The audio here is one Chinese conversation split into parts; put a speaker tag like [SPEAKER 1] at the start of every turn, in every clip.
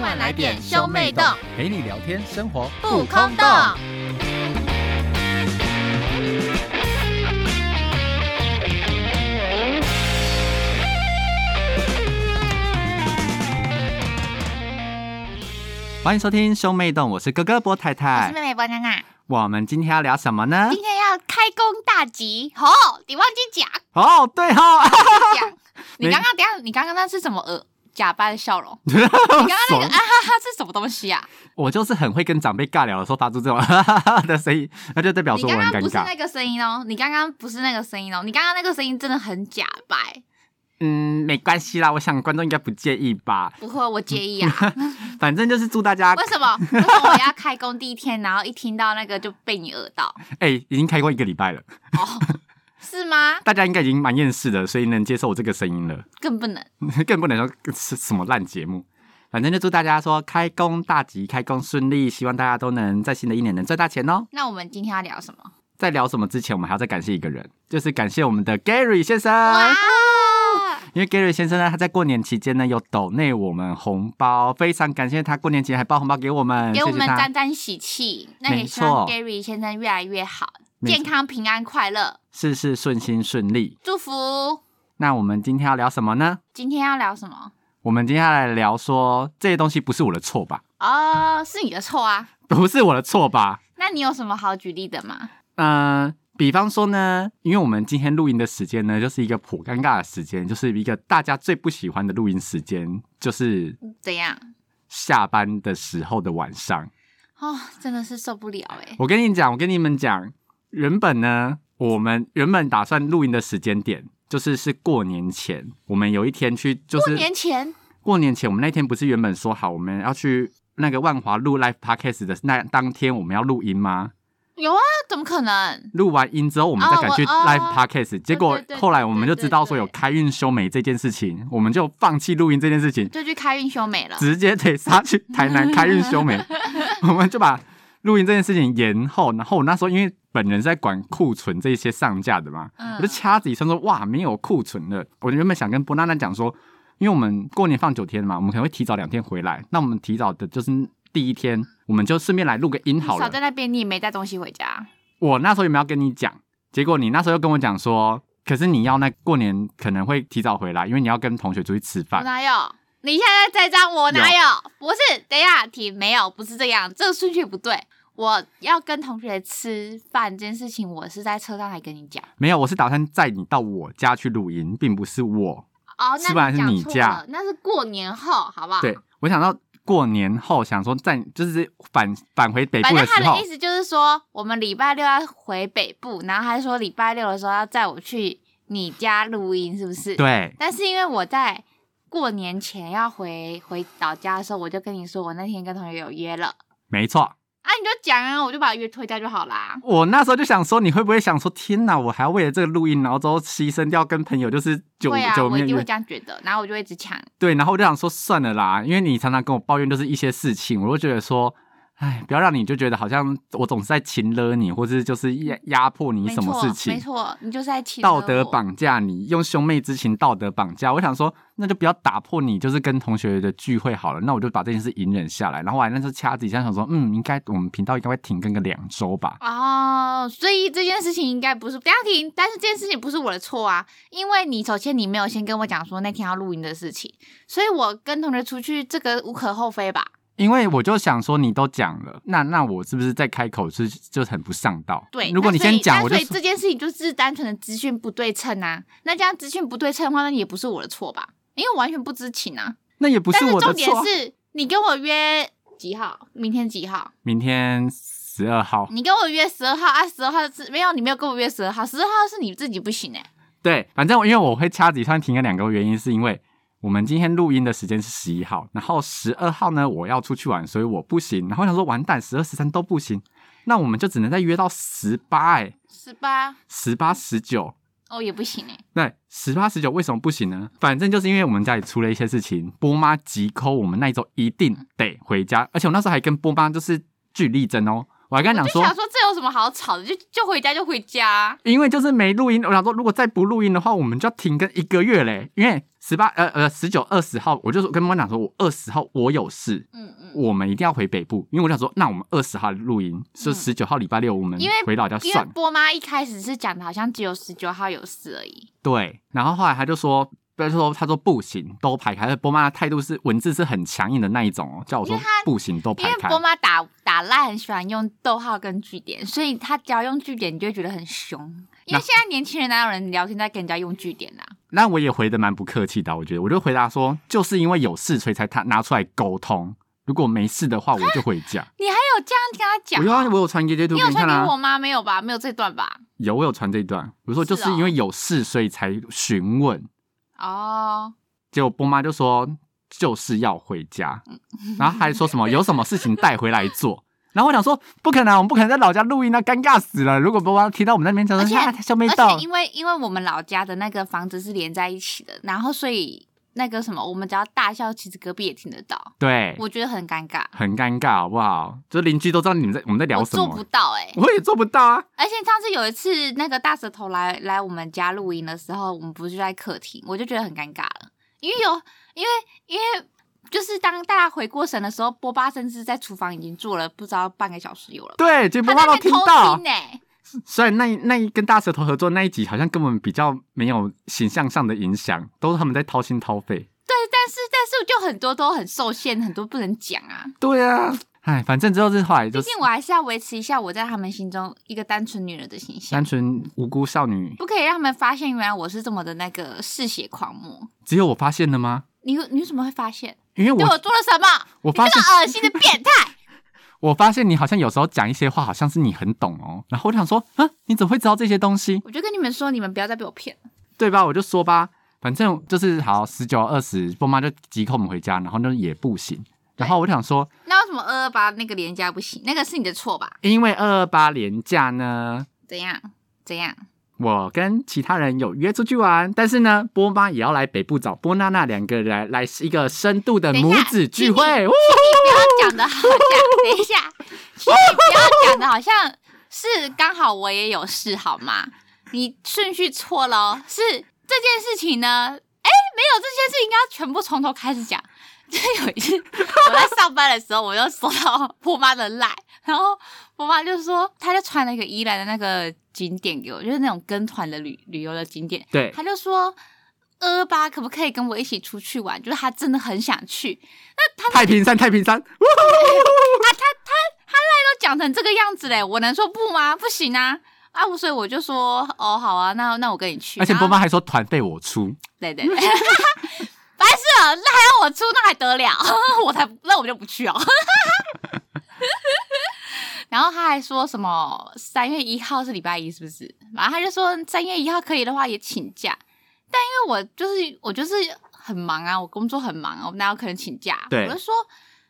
[SPEAKER 1] 快来点兄妹洞，
[SPEAKER 2] 陪你聊天，生活
[SPEAKER 1] 不空洞。
[SPEAKER 2] 欢迎收听兄妹洞，我是哥哥波太
[SPEAKER 1] 我是
[SPEAKER 2] 太
[SPEAKER 1] 妹。妹波娜娜，
[SPEAKER 2] 我们今天要聊什么呢
[SPEAKER 1] 今？天要开工大吉哦！你忘记讲
[SPEAKER 2] 哦，对哦，
[SPEAKER 1] 讲，你刚刚等一下，你刚刚那是什么呃假扮笑容？你刚刚那个
[SPEAKER 2] 怂
[SPEAKER 1] 啊哈哈是什么东西啊？
[SPEAKER 2] 我就是很会跟长辈尬聊的时候发出这种哈哈哈的声音， 那就代表
[SPEAKER 1] 你
[SPEAKER 2] 说我
[SPEAKER 1] 刚
[SPEAKER 2] 很
[SPEAKER 1] 刚
[SPEAKER 2] 尴
[SPEAKER 1] 不是
[SPEAKER 2] 尬。
[SPEAKER 1] 那个声音哦，你刚刚不是那个声音哦，你刚刚那个声音真的很假白。
[SPEAKER 2] 嗯，没关系啦，我想观众应该不介意吧。
[SPEAKER 1] 不会，我介 意啊。
[SPEAKER 2] 反正就是祝大家，
[SPEAKER 1] 为什么？为什么我要开工第一天，然后一听到那个就被你讹到？
[SPEAKER 2] 哎、已经开过一个礼拜了，
[SPEAKER 1] 哦，是吗？
[SPEAKER 2] 大家应该已经蛮厌世的，所以能接受我这个声音了，
[SPEAKER 1] 更不能。
[SPEAKER 2] 更不能说是什么烂节目。反正就祝大家说开工大吉，开工顺利，希望大家都能在新的一年能赚大钱哦。
[SPEAKER 1] 那我们今天要聊什么？
[SPEAKER 2] 在聊什么之前，我们还要再感谢一个人，就是感谢我们的 Gary 先生。
[SPEAKER 1] 哇！
[SPEAKER 2] 因为 Gary 先生呢，他在过年期间呢有抖内我们红包，非常感谢他过年前还包红包给我们，
[SPEAKER 1] 给我们
[SPEAKER 2] 谢谢他
[SPEAKER 1] 沾沾喜气，那
[SPEAKER 2] 没
[SPEAKER 1] 也希望
[SPEAKER 2] 错
[SPEAKER 1] Gary 先生越来越好，
[SPEAKER 2] 没错
[SPEAKER 1] 健康、平安、快乐，
[SPEAKER 2] 事事顺心顺利。
[SPEAKER 1] 祝福。
[SPEAKER 2] 那我们今天要聊什么呢？
[SPEAKER 1] 今天要聊什么？
[SPEAKER 2] 我们接下来聊说这些东西不是我的错吧？
[SPEAKER 1] 哦，是你的错啊。
[SPEAKER 2] 不是我的错吧？
[SPEAKER 1] 那你有什么好举例的吗？
[SPEAKER 2] 嗯、比方说呢，因为我们今天录音的时间呢，就是一个颇尴尬的时间，就是一个大家最不喜欢的录音时间，就是
[SPEAKER 1] 怎样？
[SPEAKER 2] 下班的时候的晚上。
[SPEAKER 1] 哦，真的是受不了哎、
[SPEAKER 2] 我跟你讲，我跟你们讲，原本呢，我们原本打算录音的时间点就是是过年前，我们有一天去，就是
[SPEAKER 1] 过年前，
[SPEAKER 2] 过年前，我们那天不是原本说好我们要去那个万华录 live podcast 的那当天我们要录音吗？
[SPEAKER 1] 有啊，怎么可能？
[SPEAKER 2] 录完音之后，我们再赶去
[SPEAKER 1] 哦我哦
[SPEAKER 2] live podcast，、结果
[SPEAKER 1] 对对对
[SPEAKER 2] 后来我们就知道说
[SPEAKER 1] 对对
[SPEAKER 2] 有开运修美这件事情，我们就放弃录音这件事情，
[SPEAKER 1] 就去开运修美了。
[SPEAKER 2] 直接得杀去台南开运 修美，我们就把录音这件事情延后。然后我那时候因为本人是在管库存这些上架的嘛，
[SPEAKER 1] 嗯
[SPEAKER 2] 我就掐指一算说，哇，没有库存了。我原本想跟波娜娜讲说，因为我们过年放九天嘛，我们可能会提早两天回来，那我们提早的就是第一天，我们就顺便来录个音好
[SPEAKER 1] 你少
[SPEAKER 2] 了
[SPEAKER 1] 在。那边，你也没带东西回家。
[SPEAKER 2] 我那时候有没有要跟你讲？结果你那时候又跟我讲说，可是你要那过年可能会提早回来，因为你要跟同学出去吃
[SPEAKER 1] 我
[SPEAKER 2] 饭。
[SPEAKER 1] 哪有？你现在在张我哪有？不是，等一下，题没有，不是这样，这个顺序不对。我要跟同学吃饭这件事情，我是在车上才跟你讲。
[SPEAKER 2] 没有，我是打算载你到我家去录音，并不是我
[SPEAKER 1] 哦，
[SPEAKER 2] 吃饭
[SPEAKER 1] 那
[SPEAKER 2] 是
[SPEAKER 1] 讲
[SPEAKER 2] 你
[SPEAKER 1] 错
[SPEAKER 2] 家
[SPEAKER 1] 了，那是过年后，好不好？
[SPEAKER 2] 对，我想到过年后想说在就是返返回北
[SPEAKER 1] 反
[SPEAKER 2] 部
[SPEAKER 1] 正
[SPEAKER 2] 的
[SPEAKER 1] 他
[SPEAKER 2] 时候
[SPEAKER 1] 的意，思就是说，我们礼拜六要回北部，然后他说礼拜六的时候要载我去你家录音，是不是？。
[SPEAKER 2] 对
[SPEAKER 1] 但是因为我在过年前要回回老家的时候，我就跟你说，我那天跟同学有约了。
[SPEAKER 2] 没错。
[SPEAKER 1] 啊，你就讲啊，我就把约推掉就好啦。
[SPEAKER 2] 我那时候就想说，你会不会想说，天哪，我还要为了这个录音，然后之后牺牲掉跟朋友就是九、
[SPEAKER 1] 会啊，
[SPEAKER 2] 九
[SPEAKER 1] 我一
[SPEAKER 2] 面
[SPEAKER 1] 定会
[SPEAKER 2] 缘？
[SPEAKER 1] 这样觉得，然后我就会一直抢。
[SPEAKER 2] 对，然后我就想说算了啦，因为你常常跟我抱怨就是一些事情，我就觉得说，哎，不要让你就觉得好像我总是在擒勒你，或是就是压压迫你
[SPEAKER 1] 没
[SPEAKER 2] 什
[SPEAKER 1] 错
[SPEAKER 2] 么事，
[SPEAKER 1] 没
[SPEAKER 2] 情。
[SPEAKER 1] 错，你就是在欺
[SPEAKER 2] 道德
[SPEAKER 1] 绑。
[SPEAKER 2] 绑架你，用兄妹之情道德绑架。我想说，那就不要打破你就是跟同学的聚会好了。那我就把这件事隐忍下来，然后我还那时候掐指一下，想说，嗯，应该我们频道应该会停更个两周吧。
[SPEAKER 1] 哦，所以这件事情应该不是不要停，但是这件事情不是我的错啊，因为你首先你没有先跟我讲说那天要录音的事情，所以我跟同学出去这个无可厚非吧？
[SPEAKER 2] 因为我就想说，你都讲了，那那我是不是再开口是就很不上道？
[SPEAKER 1] 对，
[SPEAKER 2] 如果
[SPEAKER 1] 那
[SPEAKER 2] 你
[SPEAKER 1] 所以
[SPEAKER 2] 先讲，
[SPEAKER 1] 那
[SPEAKER 2] 我就
[SPEAKER 1] 所以这件事情就是单纯的资讯不对称啊，那这样资讯不对称的话，那也不是我的错吧？因为我完全不知情啊。
[SPEAKER 2] 那也不
[SPEAKER 1] 但
[SPEAKER 2] 我的
[SPEAKER 1] 重点
[SPEAKER 2] 错啊。
[SPEAKER 1] 是你跟我约几号？明天几号？
[SPEAKER 2] 明天十二号，
[SPEAKER 1] 你跟我约十二号啊，十二号是没有，你没有跟我约十二号，十二号是你自己不行哎、
[SPEAKER 2] 对，反正我因为我会掐指算停更两个原因，是因为我们今天录音的时间是十一号，然后十二号呢我要出去玩，所以我不行。然后我想说完蛋，十二、十三都不行，那我们就只能再约到十八，哎，
[SPEAKER 1] 十八
[SPEAKER 2] 十八、十九。
[SPEAKER 1] 哦也不行哎、
[SPEAKER 2] 对，十八十九为什么不行呢？反正就是因为我们家里出了一些事情，波妈急抠我们那一周一定得回家，而且我那时候还跟波妈就是据力争哦。我还跟他
[SPEAKER 1] 我
[SPEAKER 2] 讲
[SPEAKER 1] 就
[SPEAKER 2] 说，
[SPEAKER 1] 想说这有什么好吵的，就就回家就回家。
[SPEAKER 2] 因为就是没录音，我想说，如果再不录音的话，我们就要停更一个月嘞。因为十八呃呃十九二十号，我就跟妈妈讲说，我二十号我有事，
[SPEAKER 1] 嗯嗯，
[SPEAKER 2] 我们一定要回北部。因为我想说，那我们二十号录音，就
[SPEAKER 1] 嗯
[SPEAKER 2] 十九号礼拜六我们
[SPEAKER 1] 因为
[SPEAKER 2] 回老家
[SPEAKER 1] 因为
[SPEAKER 2] 算。
[SPEAKER 1] 波妈一开始是讲的好像只有十九号有事而已。
[SPEAKER 2] 对，然后后来他就说，他就说他说不行，都排开。波妈的态度是文字是很强硬的那一种哦，叫我说
[SPEAKER 1] 因为他
[SPEAKER 2] 不行都
[SPEAKER 1] 因
[SPEAKER 2] 排
[SPEAKER 1] 为
[SPEAKER 2] 开
[SPEAKER 1] 波。妈打打烂很喜欢用逗号跟句点，所以她只要用句点，你就会觉得很凶。因
[SPEAKER 2] 那
[SPEAKER 1] 为现在年轻人哪有人聊天在跟人家用句点啊？
[SPEAKER 2] 那我也回的蛮不客气的，我觉得我就回答说，就是因为有事所以才他拿出来沟通。如果没事的话，我就回家。
[SPEAKER 1] 你还有这样跟他讲
[SPEAKER 2] 我有
[SPEAKER 1] 啊、
[SPEAKER 2] 啊，我有传给截图
[SPEAKER 1] 你
[SPEAKER 2] 给
[SPEAKER 1] 有
[SPEAKER 2] 你
[SPEAKER 1] 传
[SPEAKER 2] 看啊。
[SPEAKER 1] 给我吗？没有吧，没有这段吧？
[SPEAKER 2] 有，我有传这一段。我说
[SPEAKER 1] 是
[SPEAKER 2] 就是
[SPEAKER 1] 哦
[SPEAKER 2] 因为有事，所以才询问。
[SPEAKER 1] 哦，
[SPEAKER 2] 结果波妈就说就是要回家，
[SPEAKER 1] 嗯
[SPEAKER 2] 然后还说 什么有什么事情带回来做。然后我想说不可能啊，我们不可能在老家录音啊，尴尬死了。如果波妈听到我们在那边讲
[SPEAKER 1] 而且
[SPEAKER 2] 说，啊，小妹
[SPEAKER 1] 而
[SPEAKER 2] 到
[SPEAKER 1] 且，因为因为我们老家的那个房子是连在一起的，然后所以那个什么，我们只要大笑，其实隔壁也听得到，
[SPEAKER 2] 对，
[SPEAKER 1] 我觉得很尴尬，
[SPEAKER 2] 很尴尬，好不好？就邻居都知道你们在我们在聊
[SPEAKER 1] 我
[SPEAKER 2] 什
[SPEAKER 1] 做不
[SPEAKER 2] 么，
[SPEAKER 1] 到哎、
[SPEAKER 2] 我也做不到啊。
[SPEAKER 1] 而且上次有一次，那个大舌头来来我们家录音的时候，我们不是就在客厅，我就觉得很尴尬了，因为有因为因为就是当大家回过神的时候，波巴甚至在厨房已经做了不知道半个小时有了吧，
[SPEAKER 2] 对，结果
[SPEAKER 1] 他在
[SPEAKER 2] 波妈都
[SPEAKER 1] 那边
[SPEAKER 2] 听
[SPEAKER 1] 偷
[SPEAKER 2] 到
[SPEAKER 1] 听。呢、欸
[SPEAKER 2] 虽然那一那一跟大舌头合作那一集好像根本比较没有形象上的影响，都是他们在掏心掏肺。
[SPEAKER 1] 对，但是但是就很多都很受限，很多不能讲啊。
[SPEAKER 2] 对啊，哎，反正之后是后来就
[SPEAKER 1] 毕
[SPEAKER 2] 是
[SPEAKER 1] 竟我还是要维持一下我在他们心中一个单纯女人的形象
[SPEAKER 2] 单，纯无辜少女，
[SPEAKER 1] 不可以让他们发现原来我是这么的那个嗜血狂魔。
[SPEAKER 2] 只有我发现了吗？
[SPEAKER 1] 你你怎么会发现？
[SPEAKER 2] 因为
[SPEAKER 1] 对我
[SPEAKER 2] 我
[SPEAKER 1] 做了什么？
[SPEAKER 2] 我
[SPEAKER 1] 你这
[SPEAKER 2] 发现
[SPEAKER 1] 个恶心的变态！
[SPEAKER 2] 我发现你好像有时候讲一些话，好像是你很懂哦。然后我就想说，啊，你怎么会知道这些东西？
[SPEAKER 1] 我就跟你们说，你们不要再被我骗了。
[SPEAKER 2] 对吧？我就说吧，反正就是好，十九二十，波妈就急扣我们回家，然后呢也不行。然后我就想说，
[SPEAKER 1] 那为什么二二八那个连假不行？那个是你的错吧？
[SPEAKER 2] 因为二二八连假呢，
[SPEAKER 1] 怎样？怎样？
[SPEAKER 2] 我跟其他人有约出去玩，但是呢，波妈也要来北部找波娜娜两个人来来一个深度的
[SPEAKER 1] 等一
[SPEAKER 2] 母
[SPEAKER 1] 下
[SPEAKER 2] 子聚
[SPEAKER 1] 请你
[SPEAKER 2] 会。呜
[SPEAKER 1] 不要讲的好像，等一下，请你不要讲的好像是刚好我也有事好吗？你顺序错了哦，是这件事情呢？哎，没有这件事情，应该要全部从头开始讲。 就是有一次我在上班的时候，我又收到波妈的赖，然后波妈就说，她就传了一个宜兰的那个景点给我，就是那种跟团的旅旅游的景点，
[SPEAKER 2] 对，
[SPEAKER 1] 他就说。二八可不可以跟我一起出去玩？就是他真的很想去，
[SPEAKER 2] 太平山，太平山，
[SPEAKER 1] 都讲成这个样子嘞，我能说不吗？不行啊！啊，我所以我就说，哦，好啊，那那我跟你去。
[SPEAKER 2] 而且
[SPEAKER 1] 然后
[SPEAKER 2] 波妈还说团费我出，
[SPEAKER 1] 对对对， 白痴了，那还要我出，那还得了？ 我才不那我就不去哦。 然后他还说什么三月一号是礼拜一，是不是？然后他就说三月一号可以的话也请假，但因为我就是我就是很忙啊，我工作很忙啊，我哪有可能请假？
[SPEAKER 2] 对
[SPEAKER 1] 我就说，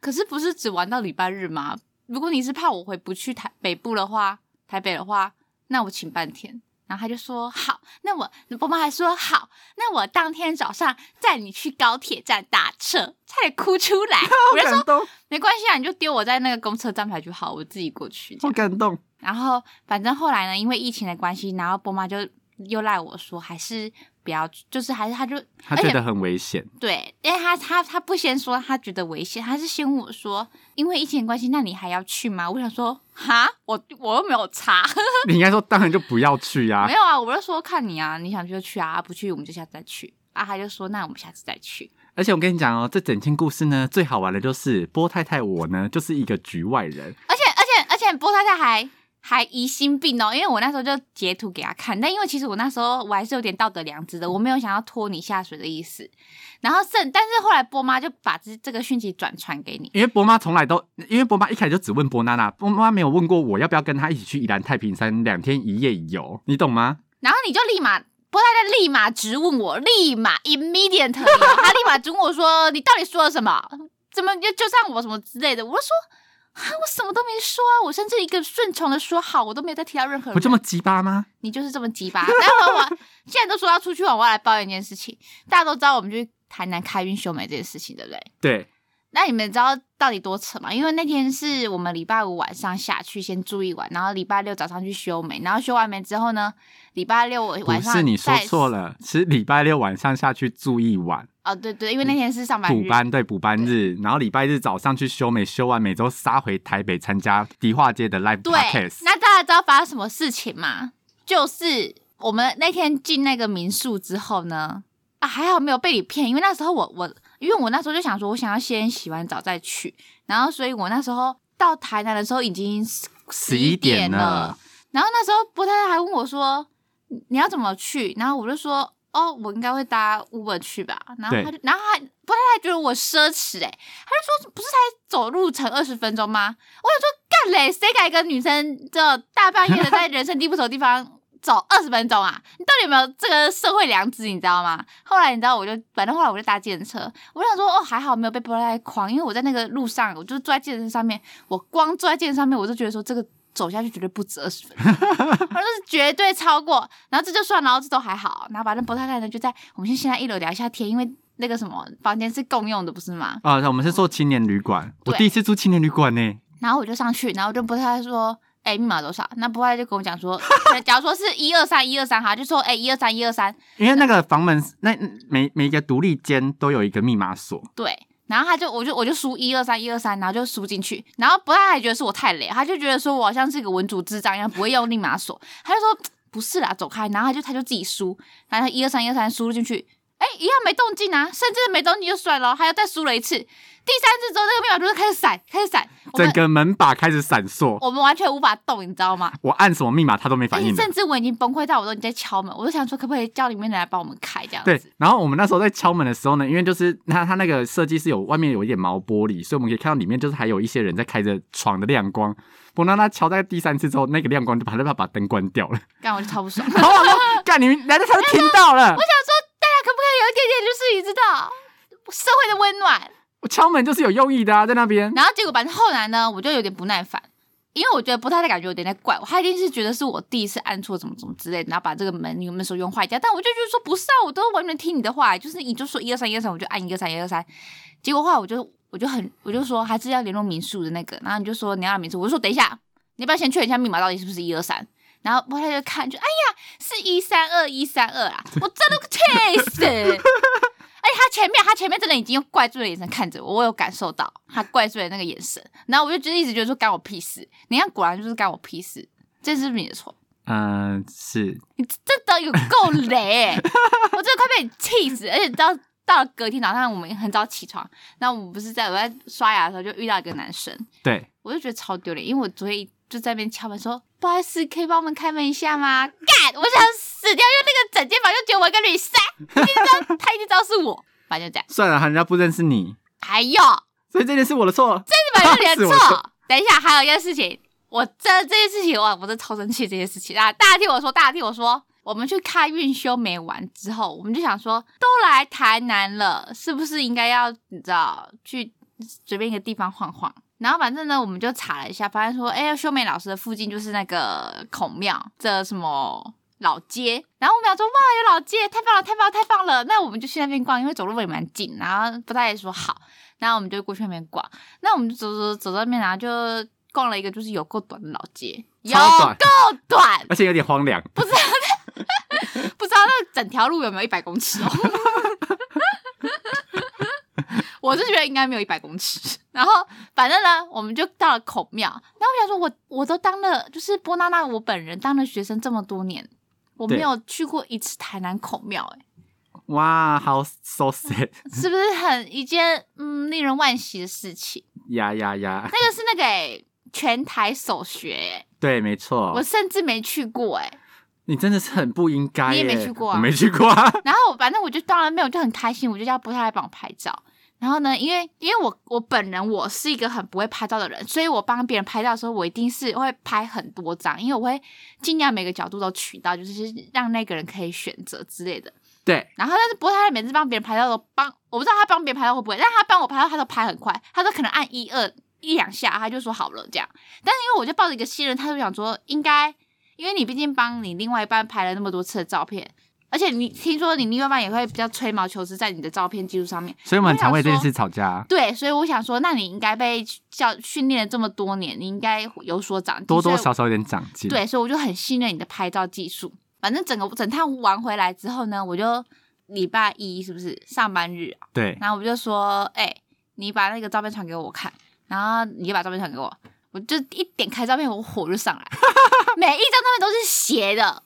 [SPEAKER 1] 可是不是只玩到礼拜日吗？如果你是怕我回不去台北部的话，台北的话，那我请半天。然后他就说好，那我波妈还说好，那我当天早上载你去高铁站打车，差点哭出来。我就说
[SPEAKER 2] 动，
[SPEAKER 1] 没关系啊，你就丢我在那个公车站牌就好，我自己过去这样。
[SPEAKER 2] 感动。
[SPEAKER 1] 然后反正后来呢，因为疫情的关系，然后波妈就又赖我说还是不要去，就是还是他就
[SPEAKER 2] 他
[SPEAKER 1] 而且
[SPEAKER 2] 觉得很危险，
[SPEAKER 1] 对，因为他他他不先说他觉得危险，他是先问我说，因为疫情的关系，那你还要去吗？我想说哈，我我又没有查，
[SPEAKER 2] 你应该说当然就不要去呀、
[SPEAKER 1] 没有啊，我就说看你啊，你想去就去啊，不去我们就下次再去。啊，他就说那我们下次再去。
[SPEAKER 2] 而且我跟你讲哦，这整件故事呢，最好玩的就是波太太我呢就是一个局外人，
[SPEAKER 1] 而且而且而且波太太还还疑心病哦，因为我那时候就截图给他看，但因为其实我那时候我还是有点道德良知的，我没有想要拖你下水的意思。然后甚但是后来波妈就把这这个讯息转传给你，
[SPEAKER 2] 因为波妈从来都，因为波妈一开始就只问波娜娜，波妈没有问过我要不要跟她一起去宜兰太平山两天一夜游，你懂吗？
[SPEAKER 1] 然后你就立马波太太立马直问我，立马 immediately，哦她立马直问我说你到底说了什么？怎么就就像我什么之类的？我就说。啊！我什么都没说啊，我甚至一个顺从的说好，我都没有再提到任何人。
[SPEAKER 2] 不这么鸡巴吗？
[SPEAKER 1] 你就是这么鸡巴。 待会我现在都说要出去玩，我要来抱怨一件事情。大家都知道我们去台南开运修眉这件事情，对不对？
[SPEAKER 2] 对，
[SPEAKER 1] 那你们知道到底多扯吗？因为那天是我们礼拜五晚上下去先住一晚，然后礼拜六早上去修眉，然后修完眉之后呢，礼拜六
[SPEAKER 2] 不
[SPEAKER 1] 晚上
[SPEAKER 2] 是你说
[SPEAKER 1] 再
[SPEAKER 2] 错了，是礼拜六晚上下去住一晚，
[SPEAKER 1] 哦，对对，因为那天是上班
[SPEAKER 2] 补
[SPEAKER 1] 日，
[SPEAKER 2] 班对补班日，然后礼拜日早上去修美，修完美之后杀回台北参加迪化街的 live
[SPEAKER 1] 对
[SPEAKER 2] podcast，，
[SPEAKER 1] 那大家知道发生什么事情吗？就是我们那天进那个民宿之后呢，啊，还好没有被你骗，因为那时候我我，因为我那时候就想说，我想要先洗完澡再去，然后所以我那时候到台南的时候已经十
[SPEAKER 2] 11
[SPEAKER 1] 点
[SPEAKER 2] 点了。
[SPEAKER 1] 然后那时候波太太还问我说：“你你要怎么去？”然后我就说：“哦，我应该会搭 Uber 去吧。”然后
[SPEAKER 2] 对
[SPEAKER 1] 他就，然后他波太太觉得我奢侈哎、欸，他就说：“不是才走路程二十分钟吗？”我想说：“干嘞，谁敢一个女生这大半夜的在人生地不熟的地方走二十分钟啊？你到底有没有这个社会良知？你知道吗？”后来你知道，我就反正后来我就搭计程车，我想说：“哦，还好没有被波太太狂，因为我在那个路上，我就坐在计程车上面，我光坐在健身上面，我就觉得说这个走下去绝对不止二十分钟，我就是绝对超过。然后这就算了，然后这都还好。然后反正博太太呢就在我们先先在一楼聊一下天，因为那个什么房间是共用的，不是吗？
[SPEAKER 2] 啊、我们是做青年旅馆，我
[SPEAKER 1] 对
[SPEAKER 2] 第一次住青年旅馆呢，
[SPEAKER 1] 然后我就上去，然后我就博太太说。哎、密码多少？那博太太就跟我讲说，可能假如说是一二三一二三哈，就说哎一二三一二三，
[SPEAKER 2] 因为那个房门那每每一个独立间都有一个密码锁，
[SPEAKER 1] 对，然后他就我就我就输一二三一二三，然后就输进去，然后不太还觉得是我太累，他就觉得说我好像是一个文组智障一样，不会用密码锁，他就说不是啦，走开，然后他就他就自己输，然后他一二三一二三输进去，哎，一样没动静啊，甚至没动静就算了，还要再输了一次，第三次之后那个密码就是开始闪，开始闪，我
[SPEAKER 2] 整
[SPEAKER 1] 们
[SPEAKER 2] 个门把开始闪烁，
[SPEAKER 1] 我们完全无法动，你知道吗？
[SPEAKER 2] 我按什么密码它都没
[SPEAKER 1] 而
[SPEAKER 2] 反
[SPEAKER 1] 且
[SPEAKER 2] 应的
[SPEAKER 1] 哎甚。至我已经崩溃到我都已经在敲门，我就想说可不可以叫里面的人来帮我们开这样
[SPEAKER 2] 对
[SPEAKER 1] 子。，
[SPEAKER 2] 然后我们那时候在敲门的时候呢，因为就是 它它那个设计是有外面有一点毛玻璃，所以我们可以看到里面就是还有一些人在开着床的亮光。不过当他敲在第三次之后，那个亮光就把他把灯关掉 了。
[SPEAKER 1] 干我就超不爽。
[SPEAKER 2] 然后我说：“干你们来的他都听到了，
[SPEAKER 1] 啊可不可以有一点点，就是你知道社会的温暖？
[SPEAKER 2] 我敲门就是有用意的啊，在那 边。
[SPEAKER 1] 然后结果反正后来呢，我就有点不耐烦，因为我觉得不太太感觉有点在怪我，他一定是觉得是我第一次按错怎么怎么之类的，然后把这个门你们手用坏掉。但我就觉得说不是啊，我都完全听你的话，就是你就说一二三一二三，我就按一二三一二三。结果后来我就我就很我就说还是要联络民宿的那个，然后你就说你要按民宿，我就说等一下，你要不要先确认一下密码到底是不是一二三？然后波太太就看，就哎呀，是一三二一三二啊！我真的气死！而且他前面，他前面真的已经用怪罪的眼神看着我，我有感受到他怪罪的那个眼神。然后我就觉得一直觉得说干我屁事，你看果然就是干我屁事，这是不是你的错？
[SPEAKER 2] 嗯，是
[SPEAKER 1] 你真的有够雷、欸，我真的快被你气死！而且到到了隔天早上，我们很早起床，然后我们不是在我在刷牙的时候就遇到一个男生，
[SPEAKER 2] 对，
[SPEAKER 1] 我就觉得超丢脸，因为我昨天就在那边敲门说，不好意思，可以帮我们开门一下吗？干，我想死掉，因为那个整间房就觉得我跟吕三，一定知道他一定知道是我，反正就这样。哎
[SPEAKER 2] 算了，人家不认识你，
[SPEAKER 1] 还有，这
[SPEAKER 2] 所以这件事我的错。
[SPEAKER 1] 本就是你
[SPEAKER 2] 是
[SPEAKER 1] 的
[SPEAKER 2] 我
[SPEAKER 1] 错。等一下，还有一件事情，我这这件事情，哇，我真的超生气这件事情啊！大家听我说，大家听我说。我们去看运修没完之后，我们就想说，都来台南了，是不是应该要你知道去随便一个地方晃晃？然后反正呢，我们就查了一下，发现说，哎，修美老师的附近就是那个孔庙这什么老街。然后我们想说，哇，有老街，太棒了，太棒了，太棒了！那我们就去那边逛，因为走路也蛮近。然后不太说好，然后我们就过去那边逛。那我们就走走走到那边，然后就逛了一个就是有够短的老街，有
[SPEAKER 2] 超短
[SPEAKER 1] 够短，
[SPEAKER 2] 而且有点荒凉，
[SPEAKER 1] 不知道那整条路有没有一百公尺哦。 我是觉得应该没有一百公尺。然后反正呢，我们就到了孔庙。然后我想说我，我都当了，就是波娜娜，我本人当了学生这么多年，我没
[SPEAKER 2] 对
[SPEAKER 1] 有去过一次台南孔庙、欸，
[SPEAKER 2] 哇，好 so sad，
[SPEAKER 1] 是不是很一件嗯令人惋惜的事情？
[SPEAKER 2] 呀呀呀，
[SPEAKER 1] 那个是那个、欸、全台首学、欸，
[SPEAKER 2] 对，没错
[SPEAKER 1] 我，甚至没去过、欸，
[SPEAKER 2] 你真的是很不应该
[SPEAKER 1] 你
[SPEAKER 2] 耶，
[SPEAKER 1] 也没去过啊
[SPEAKER 2] 我没去过啊，
[SPEAKER 1] 然后我反正我就到了没有，我就很开心，我就叫波太来帮我拍照。然后呢，因为因为我我本人我是一个很不会拍照的人，所以我帮别人拍照的时候，我一定是会拍很多张，因为我会尽量每个角度都取到，就是让那个人可以选择之类的。
[SPEAKER 2] 对，
[SPEAKER 1] 然后但是波太每次帮别人拍照都帮，我不知道他帮别人拍照会不会，但他帮我拍照他都拍很快，他都可能按一二一两下他就说好了这样。但是因为我就抱着一个信任，他就想说应该，因为你毕竟帮你另外一半拍了那么多次的照片，而且你听说你另外一半也会比较吹毛求疵在你的照片技术上面，
[SPEAKER 2] 所以我们很常为这件
[SPEAKER 1] 我
[SPEAKER 2] 事吵架，
[SPEAKER 1] 对，所以我想说，那你应该被教训练了这么多年，你应该有所长进，
[SPEAKER 2] 多多
[SPEAKER 1] 所以
[SPEAKER 2] 少少有点长进。，
[SPEAKER 1] 对，所以我就很信任你的拍照技术。反正整个整趟玩回来之后呢，我就礼拜一是不是上班日啊？
[SPEAKER 2] 对，
[SPEAKER 1] 然后我就说，哎、你把那个照片传给我看，然后你就把照片传给我，我就一点开照片，我火就上来，每一张照片都是斜的，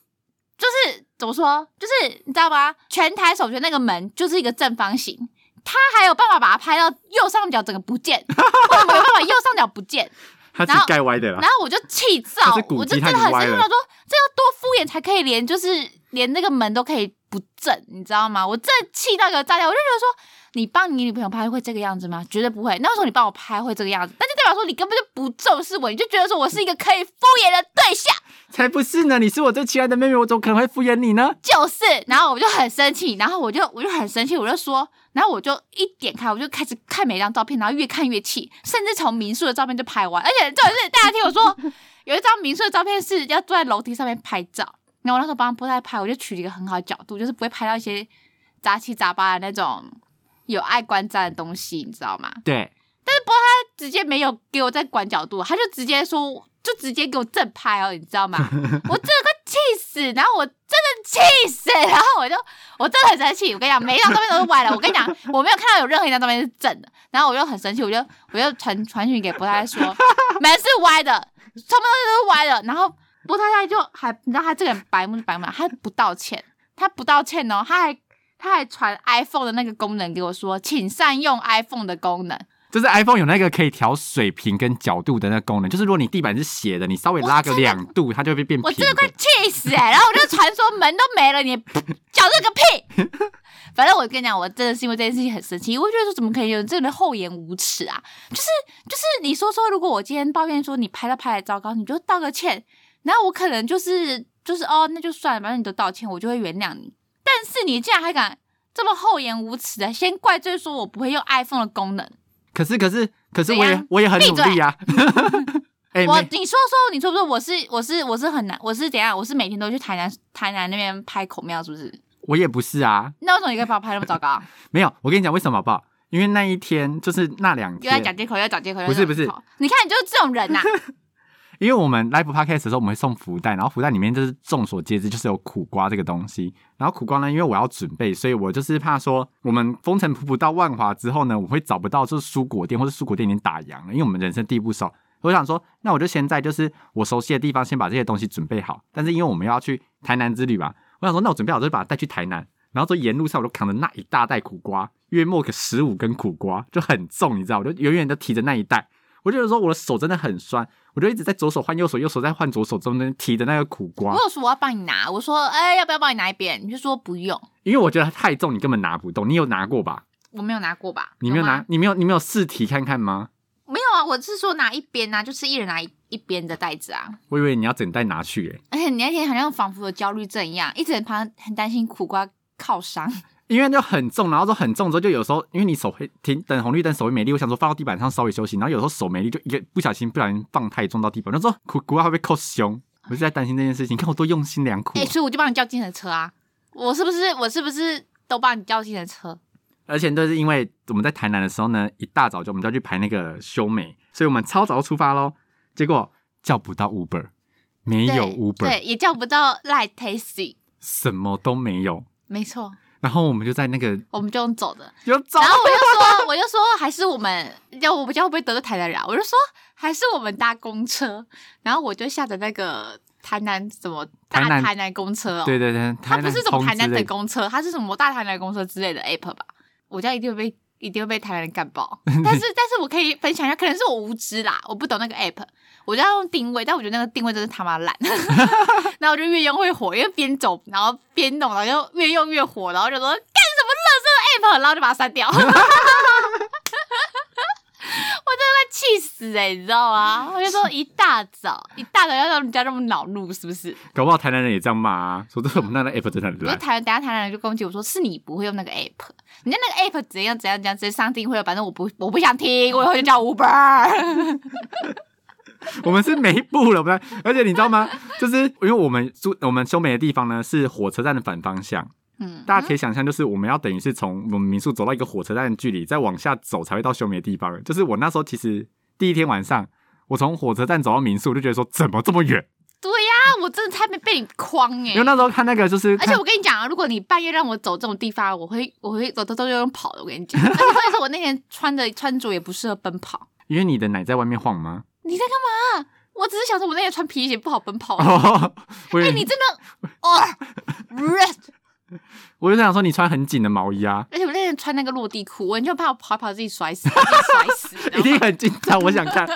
[SPEAKER 1] 就是怎么说，就是你知道吗？全台首选那个门就是一个正方形。他还有办法把它拍到右上角整个不见，我没有办法右上角不见，
[SPEAKER 2] 他
[SPEAKER 1] 自己然后
[SPEAKER 2] 盖歪的
[SPEAKER 1] 然。后我就气
[SPEAKER 2] 他
[SPEAKER 1] 躁
[SPEAKER 2] 是，古
[SPEAKER 1] 我就
[SPEAKER 2] 籍
[SPEAKER 1] 真的
[SPEAKER 2] 他已经
[SPEAKER 1] 很
[SPEAKER 2] 歪
[SPEAKER 1] 生气，
[SPEAKER 2] 了
[SPEAKER 1] 我想说这要多敷衍才可以连就是连那个门都可以不正，你知道吗？我真的气到一个炸掉，我就觉得说你帮你女朋友拍会这个样子吗？绝对不会。那为什么你帮我拍会这个样子？那就代表说你根本就不重视我，你就觉得说我是一个可以敷衍的对象，
[SPEAKER 2] 才不是呢！你是我最亲爱的妹妹，我怎么可能会敷衍你呢？
[SPEAKER 1] 就是。然后我就很生气，然后我就我就很生气，我就说，然后我就一点开，我就开始看每张照片，然后越看越气，甚至从民宿的照片就拍完，而且重点是大家听我说。 有一张民宿的照片是要坐在楼梯上面拍照，然后我那时候帮波太拍，我就取了一个很好的角度，就是不会拍到一些杂七杂八的那种有碍观瞻的东西，你知道吗？
[SPEAKER 2] 对，
[SPEAKER 1] 他直接没有给我在管角度，他就直接说，就直接给我正拍哦，你知道吗？我真的快气死，然后我真的气死， 然后我就我真的很生气，我跟你讲，每一张照片都是歪的，我跟你讲，我没有看到有任何一张照片是正的，然后我就很生气，我就我就传传讯给波太太说，门是歪的，全部都是歪的，然后波太太就还你知道他这个人白目就白目，他不道歉，他不道歉哦，他还。他还传 iPhone 的那个功能给我说，请善用 iPhone 的功能。
[SPEAKER 2] 就是 iPhone 有那个可以调水平跟角度的那个功能，就是如果你地板是斜的，你稍微拉个两度，它就会变
[SPEAKER 1] 我
[SPEAKER 2] 平
[SPEAKER 1] 真的快
[SPEAKER 2] 的。
[SPEAKER 1] 气死哎、然后我就传说门都没了，你 讲这个屁！ 反正我跟你讲，我真的是因为这件事情很生气，我觉得说怎么可以有这样的厚颜无耻啊？就是就是你说说，如果我今天抱怨说你拍到拍的糟糕，你就道个歉，然后我可能就是就是哦，那就算了，反正你都道歉，我就会原谅你。但是你竟然还敢这么厚颜无耻的，先怪罪说我不会用 iPhone 的功能，
[SPEAKER 2] 可是可是可是
[SPEAKER 1] 怎
[SPEAKER 2] 我也
[SPEAKER 1] 样
[SPEAKER 2] 我也很
[SPEAKER 1] 闭
[SPEAKER 2] 努力啊。 哎、
[SPEAKER 1] 我
[SPEAKER 2] 妹
[SPEAKER 1] 你说说，你说说，我是我是我是很难，我是怎样？我是每天都去台南台南那边拍孔庙，是不是？
[SPEAKER 2] 我也不是啊，
[SPEAKER 1] 那为什么你可以把我拍那么糟 糕？
[SPEAKER 2] 没有。我跟你讲为什么好不好？因为那一天就是那两
[SPEAKER 1] 又在
[SPEAKER 2] 天，
[SPEAKER 1] 讲借口，又在讲借口，又
[SPEAKER 2] 不是
[SPEAKER 1] 在讲
[SPEAKER 2] 不是
[SPEAKER 1] 借口，你看你就是这种人啊 呐、
[SPEAKER 2] 因为我们 live podcast 的时候，我们会送福袋，然后福袋里面就是众所皆知，就是有苦瓜这个东西。然后苦瓜呢，因为我要准备，所以我就是怕说我们风尘仆仆到万华之后呢，我会找不到就是蔬果店，或者蔬果店已经打烊了，因为我们人生地不熟。我想说，那我就先在就是我熟悉的地方先把这些东西准备好。但是因为我们要去台南之旅嘛，我想说，那我准备好就把它带去台南，然后就沿路上我就扛着那一大袋苦瓜，约莫个十五根苦瓜，就很重，你知道，我就远远的提着那一袋。我就觉得说我的手真的很酸，我就一直在左手换右手，右手再换左手，中间提着那个苦瓜
[SPEAKER 1] 我，有说我要帮你拿，我说哎、要不要帮你拿一边？你就说不用，
[SPEAKER 2] 因为我觉得它太重，你根本拿不动。你有拿过吧？
[SPEAKER 1] 我没有拿过吧？
[SPEAKER 2] 你没有
[SPEAKER 1] 吗
[SPEAKER 2] 拿？？你没有？你没有试提看看吗？
[SPEAKER 1] 没有啊，我是说拿一边啊，就是一人拿一一边的袋子啊。
[SPEAKER 2] 我以为你要整袋拿去、欸，
[SPEAKER 1] 而且你那天好像仿佛有焦虑症一样，一直很怕很担心苦瓜靠伤。
[SPEAKER 2] 因为就很重，然后就很重之后，就有时候因为你手会停，等红绿灯手会没力，我想说放到地板上稍微休息，然后有时候手没力，就一个不小心不小心放太重到地板，那时候 苦瓜会被扣胸，我就在担心这件事情。你看我多用心良苦
[SPEAKER 1] 哎、
[SPEAKER 2] 啊、
[SPEAKER 1] 所以我就帮你叫计程车啊。我是不是我是不是都帮你叫计程车？
[SPEAKER 2] 而且都是因为我们在台南的时候呢，一大早就我们就要去排那个修美，所以我们超早就出发喽。结果叫不到 Uber，没有
[SPEAKER 1] 对
[SPEAKER 2] Uber，
[SPEAKER 1] 对，也叫不到 Light Taxi。
[SPEAKER 2] 什么都没有。
[SPEAKER 1] 没错，
[SPEAKER 2] 然后我们就在那个
[SPEAKER 1] 我们就用走的。
[SPEAKER 2] 就找
[SPEAKER 1] 然后我就说，我就说，还是我们要我不知道会不会得罪台南人啊，我就说还是我们搭公车，然后我就下的那个台南什么大
[SPEAKER 2] 台南
[SPEAKER 1] 台南公车哦，
[SPEAKER 2] 对对对，
[SPEAKER 1] 它
[SPEAKER 2] 台
[SPEAKER 1] 不
[SPEAKER 2] 南
[SPEAKER 1] 是什么
[SPEAKER 2] 通
[SPEAKER 1] 台南
[SPEAKER 2] 之
[SPEAKER 1] 的
[SPEAKER 2] 类的，
[SPEAKER 1] 公车，它是什么大台南公车之类的 app 吧？我这样一定会被一定会被台南人干 爆，但是但是我可以分享一下，可能是我无知啦，我不懂那个 app，我就要用定位，但我觉得那个定位真是他妈 烂，然后我就越用越火，因为边走然后边弄，然后就越用越火，然后就说干什么垃圾 app，然后就把它删掉。我 真的快气死哎、欸，你知道吗？我就说一大早一大早要让人家那么恼怒，是不是？
[SPEAKER 2] 搞不好台南人也这样骂啊，说这我们那个 app 真的很
[SPEAKER 1] 我就
[SPEAKER 2] 烂。
[SPEAKER 1] 台湾，等下台湾人就攻击我说是你不会用那个 app，你家那个 app 怎样怎样怎样，直接上订会了，反正我不我不想听，我以后就叫 Uber。
[SPEAKER 2] 我们是没步了，不然，而且你知道吗？就是因为我们住我们修美的地方呢是火车站的反方向，
[SPEAKER 1] 嗯，
[SPEAKER 2] 大家可以想象，就是我们要等于是从我们民宿走到一个火车站的距离，再往下走才会到休眠的地方。就是我那时候其实第一天晚上，我从火车站走到民宿，就觉得说怎么这么远？
[SPEAKER 1] 对呀、我真的差点被你框哎、
[SPEAKER 2] 因为那时候看那个就是
[SPEAKER 1] 而
[SPEAKER 2] 看，
[SPEAKER 1] 且我跟你讲啊，如果你半夜让我走这种地方，我会我会我都都用跑的。我跟你讲， 而且重点是我那天穿的穿着也不适合奔跑。
[SPEAKER 2] 因为你的奶在外面晃吗？
[SPEAKER 1] 你在干嘛？我只是想说，我那天穿皮鞋不好奔跑。哎、
[SPEAKER 2] 哦， 我以为
[SPEAKER 1] 你真的哦，
[SPEAKER 2] 我就想说你穿很紧的毛衣啊，
[SPEAKER 1] 而且我那天穿那个落地裤，我很就怕我跑跑自己摔死，自己摔 死。
[SPEAKER 2] 一定很紧张，我想看。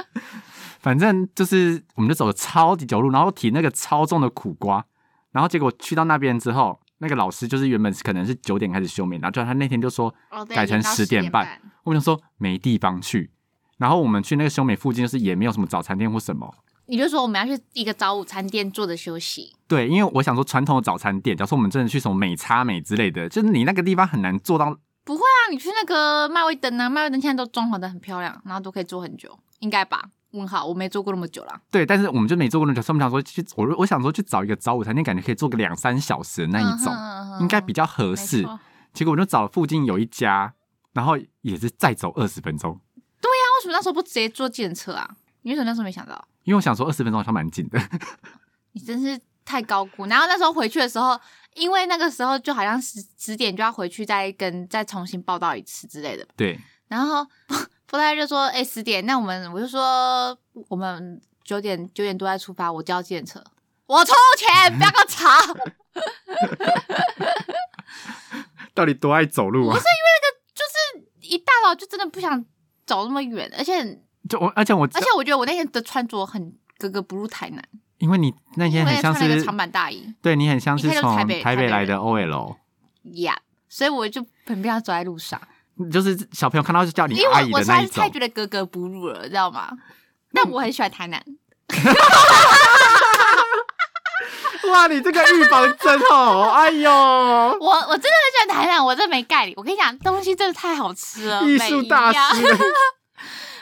[SPEAKER 2] 反正就是，我们就走了超级久路，然后提那个超重的苦瓜，然后结果去到那边之后，那个老师就是原本是可能是九点开始休眠，然后就他那天就说
[SPEAKER 1] 哦对
[SPEAKER 2] 改成
[SPEAKER 1] 延到
[SPEAKER 2] 10点
[SPEAKER 1] 点
[SPEAKER 2] 半。我们想说没地方去，然后我们去那个修美附近，就是也没有什么早餐店或什么。
[SPEAKER 1] 你就说我们要去一个早午餐店坐着休息，
[SPEAKER 2] 对，因为我想说传统的早餐店，假如说我们真的去什么美差美之类的，就是你那个地方很难做到。
[SPEAKER 1] 不会啊？你去那个麦味登啊，麦味登现在都装潢的很漂亮，然后都可以坐很久，应该吧？问号，我没坐过那么久啦。
[SPEAKER 2] 对，但是我们就没做过那种，所以我们想说去，我我想说去找一个早午餐店，感觉可以做个两三小时的那一种，
[SPEAKER 1] 种
[SPEAKER 2] 应该比较合
[SPEAKER 1] 合
[SPEAKER 2] 适
[SPEAKER 1] 对。啊，
[SPEAKER 2] 结果我就找了附近有一家，然后也是再走二十分钟，
[SPEAKER 1] 为什么那时候不直接坐计程车啊？你为什么那时候没想到？
[SPEAKER 2] 因为我想说二十分钟好像蛮近的。
[SPEAKER 1] 你真是太高估。然后那时候回去的时候，因为那个时候就好像十十点就要回去再跟再重新报道一次之类的。
[SPEAKER 2] 对，
[SPEAKER 1] 然后布莱就说：“哎、1十点，那我们我就说我们九点九点多再出发，我叫计程车，我出钱，不要给我吵。
[SPEAKER 2] 到底多爱走路啊？
[SPEAKER 1] 就是一大早就真的不想走那么远，而且
[SPEAKER 2] 就我，而且我，
[SPEAKER 1] 而且我觉得我那天的穿着很格格不入台南，
[SPEAKER 2] 因为你那
[SPEAKER 1] 因为
[SPEAKER 2] 天
[SPEAKER 1] 我那
[SPEAKER 2] 很
[SPEAKER 1] 天
[SPEAKER 2] 像
[SPEAKER 1] 穿了一
[SPEAKER 2] 是
[SPEAKER 1] 个长版大衣
[SPEAKER 2] 对你很像是
[SPEAKER 1] 一看就
[SPEAKER 2] 从
[SPEAKER 1] 是台北
[SPEAKER 2] 台
[SPEAKER 1] 台
[SPEAKER 2] 北
[SPEAKER 1] 北
[SPEAKER 2] 来
[SPEAKER 1] 人
[SPEAKER 2] 的 OL，
[SPEAKER 1] 呀所以我就很不想走在路上。”
[SPEAKER 2] 就是小朋友看到就叫你
[SPEAKER 1] 因为
[SPEAKER 2] 阿姨
[SPEAKER 1] 我
[SPEAKER 2] 的
[SPEAKER 1] 实
[SPEAKER 2] 那
[SPEAKER 1] 在
[SPEAKER 2] 一
[SPEAKER 1] 是太
[SPEAKER 2] 种。
[SPEAKER 1] 觉得格格不入了，知道吗？但我很喜欢台南，
[SPEAKER 2] 哇，你这个预防针哦， 哎呦，
[SPEAKER 1] 我我真的很喜欢台南，我真没概念。我跟你讲，东西真的太好吃了，
[SPEAKER 2] 艺术大师。
[SPEAKER 1] 每一样，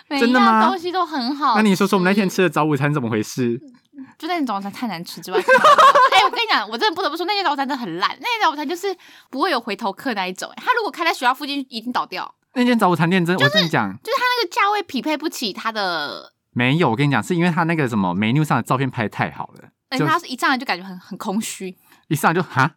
[SPEAKER 1] 每
[SPEAKER 2] 真
[SPEAKER 1] 一
[SPEAKER 2] 的
[SPEAKER 1] 样
[SPEAKER 2] 吗
[SPEAKER 1] 东西都很好吃。
[SPEAKER 2] 那你说说我们那天吃的早午餐怎么 回事？
[SPEAKER 1] 就那天早餐太难吃 之外，哎、我跟你讲，我真的不得不说，那天早餐真的很烂。那天早餐就是不会有回头客那一种、哎，他如果开在学校附近，一定倒掉。
[SPEAKER 2] 那间早午餐店真，我跟你讲，
[SPEAKER 1] 就是他那个价位匹配不起他的，
[SPEAKER 2] 没有。我跟你讲，是因为他那个什么 menu 上的照片拍得太好了，
[SPEAKER 1] 而且
[SPEAKER 2] 就
[SPEAKER 1] 哎他一上来就感觉很很空虚，
[SPEAKER 2] 一上来就哈，
[SPEAKER 1] 啊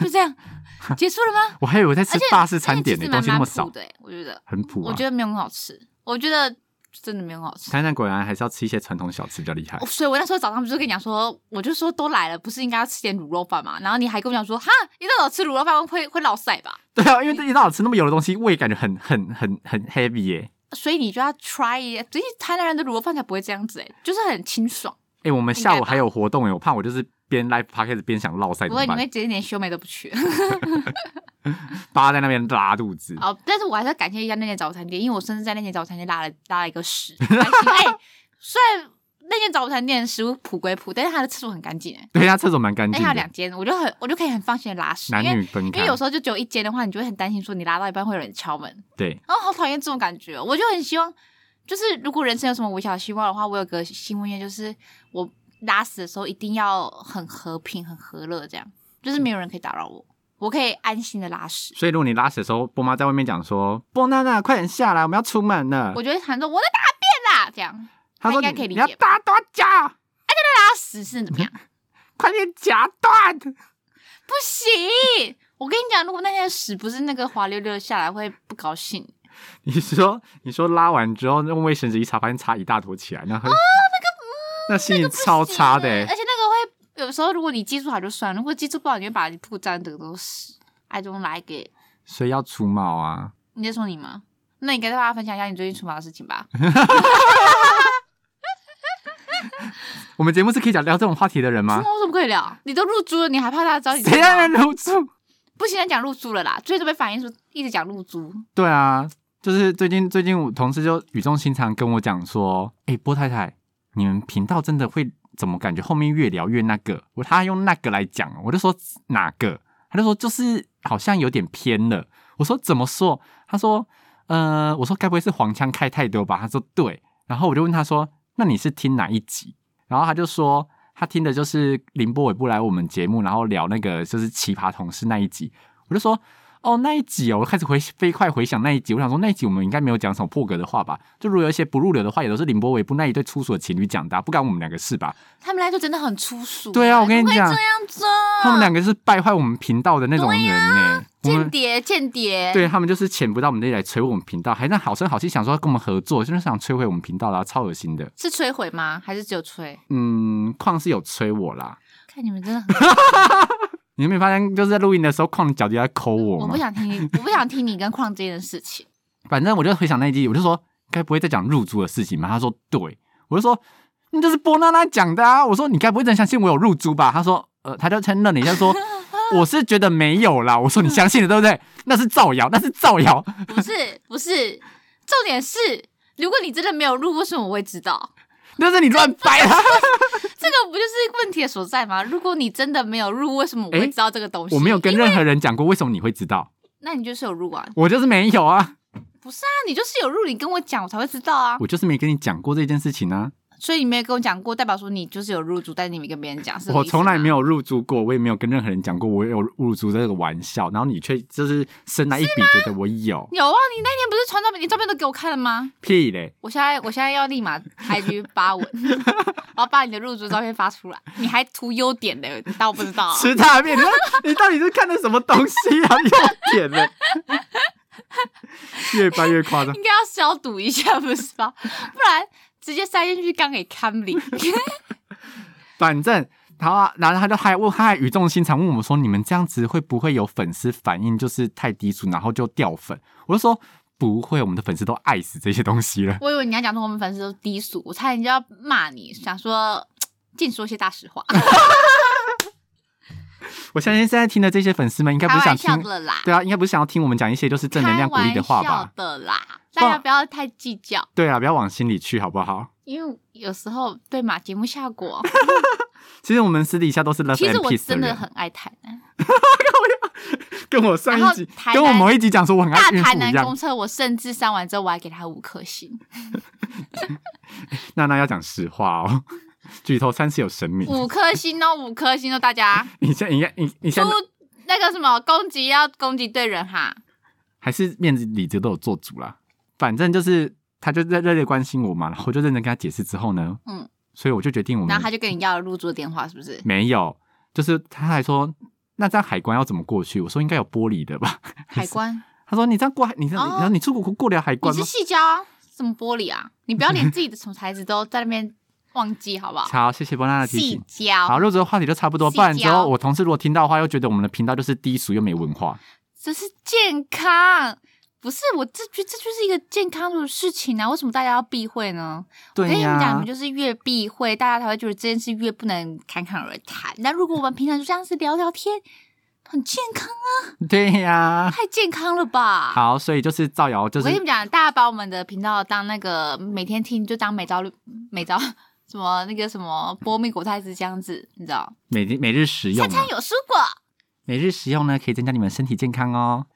[SPEAKER 1] 就这样 结束了吗？
[SPEAKER 2] 我还以为在吃
[SPEAKER 1] 而且
[SPEAKER 2] 法式餐点
[SPEAKER 1] 而且其
[SPEAKER 2] 呢，
[SPEAKER 1] 实
[SPEAKER 2] 东西那
[SPEAKER 1] 蛮
[SPEAKER 2] 么
[SPEAKER 1] 蛮
[SPEAKER 2] 少
[SPEAKER 1] 普，的、哎我觉得。
[SPEAKER 2] 很普
[SPEAKER 1] 我
[SPEAKER 2] 啊
[SPEAKER 1] 觉。得没有很好吃，我觉得真的没有很好吃。
[SPEAKER 2] 台南果然还是要吃一些传统小吃比较厉害
[SPEAKER 1] 哦。所以我那时候早上不是跟你讲说，我就说都来了，不是应该要吃点卤肉饭嘛？然后你还跟我讲说，哈，一大早吃卤肉饭会会落腮吧？
[SPEAKER 2] 对啊，因为这一道吃那么油的东西，胃感觉很很很很 heavy 耶。
[SPEAKER 1] 所以你就要 try，一下所以台南人的卤肉饭才不会这样子哎、就是很清爽，
[SPEAKER 2] 哎，我们
[SPEAKER 1] 应该吧
[SPEAKER 2] 下午还有活动哎，我怕我就是边 live podcast 边想落塞
[SPEAKER 1] 不
[SPEAKER 2] 怎
[SPEAKER 1] 会
[SPEAKER 2] 么
[SPEAKER 1] 你会
[SPEAKER 2] 办？
[SPEAKER 1] 直接连修眉都不 去。
[SPEAKER 2] 扒在那边拉肚子。
[SPEAKER 1] 好，但是我还是要感谢一下那间早餐店，因为我甚至在那间早餐店拉了拉了一个屎。 还行哎、虽然那间早餐店的食物普归普，但是它的厕 所很干净哎，
[SPEAKER 2] 对，他啊厕所蛮干
[SPEAKER 1] 而
[SPEAKER 2] 净
[SPEAKER 1] 且它有
[SPEAKER 2] 的，
[SPEAKER 1] 两间，我就很我就可以很放心的拉屎，
[SPEAKER 2] 男
[SPEAKER 1] 因为
[SPEAKER 2] 女分
[SPEAKER 1] 因
[SPEAKER 2] 开
[SPEAKER 1] 为。有时候就只有一间的话，你就会很担心说你拉到一半会有人敲门，
[SPEAKER 2] 对，
[SPEAKER 1] 然后好讨厌这种感觉哦。我就很希望，就是如果人生有什么微小的希望的话，我有个心愿就是我拉屎的时候一定要很和平、很和乐，这样就是没有人可以打扰我，我可以安心的拉屎。
[SPEAKER 2] 所以如果你拉屎的时候，波妈在外面讲说：“波娜娜，快点下来，我们要出门了。
[SPEAKER 1] 我就会喊说我在大便啦，这样”
[SPEAKER 2] 他说：“
[SPEAKER 1] 应该可以理
[SPEAKER 2] 你
[SPEAKER 1] 解
[SPEAKER 2] 要打多久？
[SPEAKER 1] 拉屎是怎么样？
[SPEAKER 2] 快点夹断！”
[SPEAKER 1] 不行，我跟你讲，如果那天的屎不是那个滑溜溜的下来，会不高兴。
[SPEAKER 2] 你说，你说拉完之后用卫生纸一擦，发现擦一大坨起来，
[SPEAKER 1] 啊
[SPEAKER 2] 然后、
[SPEAKER 1] 嗯
[SPEAKER 2] 那心情超差的、
[SPEAKER 1] 欸
[SPEAKER 2] 欸
[SPEAKER 1] 而且那个会有时候，如果你技术好就算了，如果技术不好，你会把你裤沾的都是。I don't like it。
[SPEAKER 2] 所以要除毛啊！
[SPEAKER 1] 你在说你吗？那你跟大家分享一下你最近出毛的事情吧。
[SPEAKER 2] 我们节目是可以讲聊这种话题的人
[SPEAKER 1] 出
[SPEAKER 2] 吗？
[SPEAKER 1] 毛为什么可以聊？你都入租了，你还怕大家找你出
[SPEAKER 2] 谁让
[SPEAKER 1] 毛？
[SPEAKER 2] 人入住？
[SPEAKER 1] 不行，讲入租了啦，最近都被反映说一直讲入租。
[SPEAKER 2] 对啊，就是最近最近我同事就语重心长跟我讲说：“哎、波太太，你们频道真的会怎么感觉后面越聊越那个？”我他用那个来讲，我就说哪个？他就说就是好像有点偏了。我说怎么说？他说呃，我说该不会是黄腔开太多吧？他说对。然后我就问他说：“那你是听哪一集？”然后他就说他听的就是林波伟不来我们节目，然后聊那个就是奇葩同事那一集，我就说。哦，那一集哦，我开始回飞快回想那一集，我想说那一集我们应该没有讲什么破格的话吧？就如果有一些不入流的话，也都是林波伟不那一对出所情侣讲的啊、不干我们两个事吧？
[SPEAKER 1] 他们来就真的很粗俗。
[SPEAKER 2] 对啊我跟你
[SPEAKER 1] 怎么会
[SPEAKER 2] 讲
[SPEAKER 1] 这样子哦
[SPEAKER 2] 他们两个是败坏我们频道的那种人呢、我
[SPEAKER 1] 啊间
[SPEAKER 2] 们
[SPEAKER 1] 谍，间谍，
[SPEAKER 2] 对啊他们就是潜不到我们这里来摧毁我们频道，还让好声好气想说要跟我们合作，就是想摧毁我们频道啦，超恶心的。
[SPEAKER 1] 是摧毁吗？还是只有吹？
[SPEAKER 2] 嗯，矿是有催我啦，
[SPEAKER 1] 看你们真的很，
[SPEAKER 2] 你有没有发现，就是在录音的时候，矿的脚底在抠我啊
[SPEAKER 1] 我
[SPEAKER 2] 吗
[SPEAKER 1] 不？想听你，我不想听你跟矿这件事 情。
[SPEAKER 2] 反正我就回想那一集，我就说该不会在讲入租的事情吧？他说对，我就说那就是波娜娜讲的啊。我说你该不会真的相信我有入租吧？他说呃，他就承认了一下说。我是觉得没有啦，我说你相信了对不对？那是造谣，那是造谣。
[SPEAKER 1] 不是，不是，重点是，如果你真的没有录，为什么我会知道？
[SPEAKER 2] 那是你乱掰啦！
[SPEAKER 1] 这个不就是问题的所在吗？如果你真的没有入，为什么我会
[SPEAKER 2] 诶
[SPEAKER 1] 知道这个东西？
[SPEAKER 2] 我没有跟任何人讲过，为什么你会知道？
[SPEAKER 1] 那你就是有入啊？
[SPEAKER 2] 我就是没有啊，
[SPEAKER 1] 不是啊，你就是有入，你跟我讲，我才会知道啊。
[SPEAKER 2] 我就是没跟你讲过这件事情啊。
[SPEAKER 1] 所以你没有跟我讲过，代表说你就是有入住，但你没跟别人讲，是
[SPEAKER 2] 我从来没
[SPEAKER 1] 有。
[SPEAKER 2] 有入租过，我也没有跟任何人讲过我有入租这个玩笑，然后你却就是生来一笔觉得我有
[SPEAKER 1] 有啊，你那天不是传照片，你照片都给我看了吗？
[SPEAKER 2] 屁嘞！
[SPEAKER 1] 我现在我现在要立马 IG 发 文，我要把你的入住照片发出来。你还图优点的，你当我不知道啊、
[SPEAKER 2] 吃大便，你看你到底是看的什么东西啊？又 舔了，越掰越夸张。
[SPEAKER 1] 应该要消毒一下，不是吧？不然直接塞进去刚给看 里。
[SPEAKER 2] 反正，然后啊然后他就还问，他还语重心长问我们说：“你们这样子会不会有粉丝反应就是太低俗，然后就掉粉？”我就说：“不会，我们的粉丝都爱死这些东 西了。
[SPEAKER 1] 我以为你要讲说我们粉丝都低俗，我差点就要骂你，想说尽说些大实话，”
[SPEAKER 2] 我相信现在听的这些粉丝们应该不
[SPEAKER 1] 开
[SPEAKER 2] 是
[SPEAKER 1] 玩笑
[SPEAKER 2] 想听，
[SPEAKER 1] 的啦，
[SPEAKER 2] 对啊，应该不是想要听我们讲一些就是正能量鼓励的话
[SPEAKER 1] 开玩笑
[SPEAKER 2] 吧？
[SPEAKER 1] 的啦，
[SPEAKER 2] 不然
[SPEAKER 1] 大家不要太计较，
[SPEAKER 2] 对啊，不要往心里去，好不好？
[SPEAKER 1] 因为有时候对嘛，节目效 果，
[SPEAKER 2] 其实我们私底下都是 love
[SPEAKER 1] 其实
[SPEAKER 2] and
[SPEAKER 1] 我
[SPEAKER 2] peace
[SPEAKER 1] 真的
[SPEAKER 2] 人，
[SPEAKER 1] 很爱台南，
[SPEAKER 2] 跟我上一集
[SPEAKER 1] 然后台，南
[SPEAKER 2] 跟我某一集讲说我很
[SPEAKER 1] 大
[SPEAKER 2] 爱孕
[SPEAKER 1] 台
[SPEAKER 2] 妇
[SPEAKER 1] 南
[SPEAKER 2] 一
[SPEAKER 1] 公
[SPEAKER 2] 样。
[SPEAKER 1] 车，我甚至上完之后我还给他五颗星，
[SPEAKER 2] 娜娜要讲实 话哦，举头三尺有神明。
[SPEAKER 1] 五颗星哦，五颗星哦，大家
[SPEAKER 2] 你现在，你现在你你
[SPEAKER 1] 出
[SPEAKER 2] 现在
[SPEAKER 1] 那个什么攻击要攻击对人哈，
[SPEAKER 2] 还是面子里子都有做足啦。反正就是他就在热烈关心我嘛，然后我就认真跟他解释之后呢，
[SPEAKER 1] 嗯，
[SPEAKER 2] 所以我就决定我
[SPEAKER 1] 然
[SPEAKER 2] 们
[SPEAKER 1] 后他就跟你要了入住的电话，是不是？
[SPEAKER 2] 没有，就是他还说那这样海关要怎么过去？我说应该有玻璃的吧。
[SPEAKER 1] 海关，
[SPEAKER 2] 他说你这样过海，你这样、
[SPEAKER 1] 哦
[SPEAKER 2] 然后你出国过得了海
[SPEAKER 1] 你
[SPEAKER 2] 关
[SPEAKER 1] 是
[SPEAKER 2] 吗？
[SPEAKER 1] 细胶啊，什么玻璃啊？你不要连自己的什么材质都在那边忘记好不 好？
[SPEAKER 2] 好，谢谢波娜娜提
[SPEAKER 1] 细
[SPEAKER 2] 醒。好，
[SPEAKER 1] 胶，
[SPEAKER 2] 肉这个话题就差不多，
[SPEAKER 1] 细
[SPEAKER 2] 不然之
[SPEAKER 1] 交
[SPEAKER 2] 后我同事如果听到的话，又觉得我们的频道就是低俗又没文化。
[SPEAKER 1] 这是健康，不是我这这这就是一个健康的事情啊！为什么大家要避讳呢？我
[SPEAKER 2] 对
[SPEAKER 1] 跟你们
[SPEAKER 2] 呀、
[SPEAKER 1] 讲，你们就是越避讳，大家才会觉得这件事越不能侃侃而谈。那如果我们平常就这样子聊聊天，很健康，
[SPEAKER 2] 对呀、
[SPEAKER 1] 太健康了吧？
[SPEAKER 2] 好，所以就是造谣，就
[SPEAKER 1] 我跟你
[SPEAKER 2] 是
[SPEAKER 1] 们讲，大家把我们的频道当那个每天听就当每朝每 朝什么那个什么波蜜果菜汁这样子，你知道？
[SPEAKER 2] 每日每日使用、
[SPEAKER 1] 餐
[SPEAKER 2] 啊。
[SPEAKER 1] 餐有蔬果，
[SPEAKER 2] 每日食用呢，可以增加你们身体健康哦。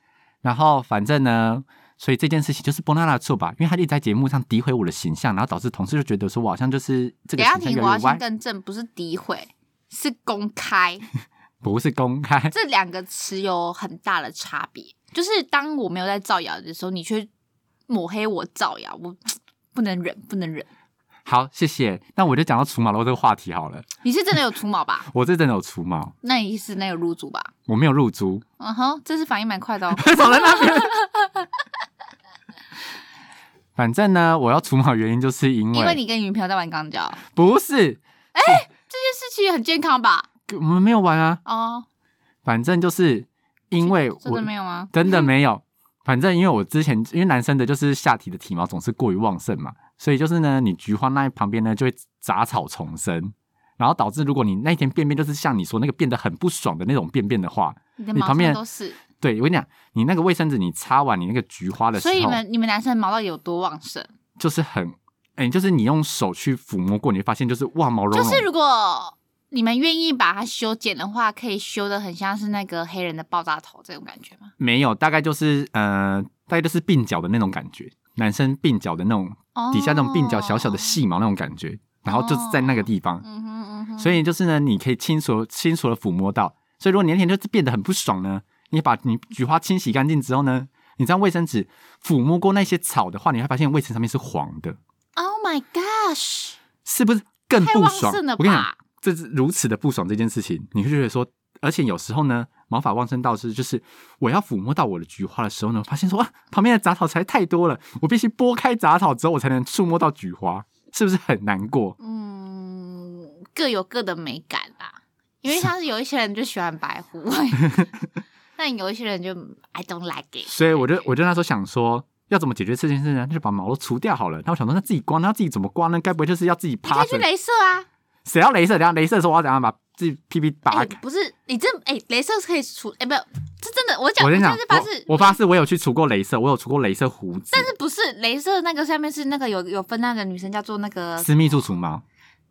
[SPEAKER 2] 然后反正呢，所以这件事情就是波娜娜错吧，因为她一直在节目上诋毁我的形象，然后导致同事就觉得说我好像就是这个
[SPEAKER 1] 等一下
[SPEAKER 2] 形象
[SPEAKER 1] 停，
[SPEAKER 2] 越
[SPEAKER 1] 我
[SPEAKER 2] 来
[SPEAKER 1] 要
[SPEAKER 2] 越
[SPEAKER 1] 先
[SPEAKER 2] 歪，
[SPEAKER 1] 更正，不是诋毁，是公开。
[SPEAKER 2] 不是公开。
[SPEAKER 1] 这两个词有很大的差别。就是当我没有在造谣的时候，你却抹黑我造谣，我不能忍，不能忍。
[SPEAKER 2] 好，谢谢。那我就讲到除毛肉这个话题好了。
[SPEAKER 1] 你是真的有除毛吧？
[SPEAKER 2] 我这真的有除毛，
[SPEAKER 1] 那你是真的有入住吧？
[SPEAKER 2] 我没有入 租，
[SPEAKER 1] 嗯哼，这是反应蛮快的哦。
[SPEAKER 2] 走在那边。 反正呢，我要除毛的原因就是因为
[SPEAKER 1] 因为你跟你女朋友在玩钢交，
[SPEAKER 2] 不是
[SPEAKER 1] 这件事情很健康吧？
[SPEAKER 2] 我们没有玩啊，
[SPEAKER 1] 哦，
[SPEAKER 2] 反正就是因为
[SPEAKER 1] 真
[SPEAKER 2] 我
[SPEAKER 1] 的没有吗？
[SPEAKER 2] 真的没有。反正因为我之前因为男生的就是下体的体毛总是过于旺盛嘛，所以就是呢，你菊花那旁边呢就会杂草丛生，然后导致如果你那一天便便就是像你说那个变得很不爽的那种便便的话，
[SPEAKER 1] 你的
[SPEAKER 2] 你
[SPEAKER 1] 毛
[SPEAKER 2] 旁边
[SPEAKER 1] 上都是，
[SPEAKER 2] 对我跟你讲，你那个卫生纸你擦完你那个菊花的时
[SPEAKER 1] 所以你
[SPEAKER 2] 候，
[SPEAKER 1] 们你们男生的毛到底有多旺盛？
[SPEAKER 2] 就是很，哎、就是你用手去抚摸过，你会发现就是哇毛茸茸，
[SPEAKER 1] 就是如果你们愿意把它修剪的话，可以修的很像是那个黑人的爆炸头这种感觉吗？
[SPEAKER 2] 没有，大概就是呃，大概就是鬓角的那种感觉，男生鬓角的那种
[SPEAKER 1] 哦
[SPEAKER 2] 底下那种鬓角小小的细毛那种感觉，然后就是在那个地方，
[SPEAKER 1] 嗯哼嗯哼，
[SPEAKER 2] 所以就是呢，你可以清楚清楚的抚摸到。所以如果你那天就变得很不爽呢，你把你菊花清洗干净之后呢，你这样卫生纸抚摸过那些草的话，你会发现卫生上面是黄的，
[SPEAKER 1] Oh my gosh，
[SPEAKER 2] 是不是更
[SPEAKER 1] 太
[SPEAKER 2] 不
[SPEAKER 1] 旺
[SPEAKER 2] 爽
[SPEAKER 1] 盛了？
[SPEAKER 2] 我跟你讲，
[SPEAKER 1] 吧？
[SPEAKER 2] 这是如此的不爽这件事情，你会觉得说，而且有时候呢，毛发旺盛到是就是我要抚摸到我的菊花的时候呢，发现说啊，旁边的杂草实在太多了，我必须拨开杂草之后，我才能触摸到菊花，是不是很难过？
[SPEAKER 1] 嗯，各有各的美感啦。因为像是有一些人就喜欢白狐， 但有一些人就 I don't like it。
[SPEAKER 2] 所以我就 我就那时候想说，要怎么解决这件事呢？那就把毛都除掉好了。那我想说，那自己刮，那自己怎么刮呢？该不会就是要自己
[SPEAKER 1] 你可
[SPEAKER 2] 趴
[SPEAKER 1] 以去
[SPEAKER 2] 着？
[SPEAKER 1] 镭射啊，
[SPEAKER 2] 谁要镭射？等一下镭射的时候，我要怎样把自己屁屁
[SPEAKER 1] 哎、
[SPEAKER 2] 拔开？
[SPEAKER 1] 不是你这哎，镭、射是可以除哎，不、这真的，我讲
[SPEAKER 2] 我跟你讲，
[SPEAKER 1] 就是发誓，
[SPEAKER 2] 我我发誓，我有去除过镭射，我有除过镭射胡子，
[SPEAKER 1] 但是不是镭射那个下面是那个有有分那个女生叫做那个，
[SPEAKER 2] 私密处除毛。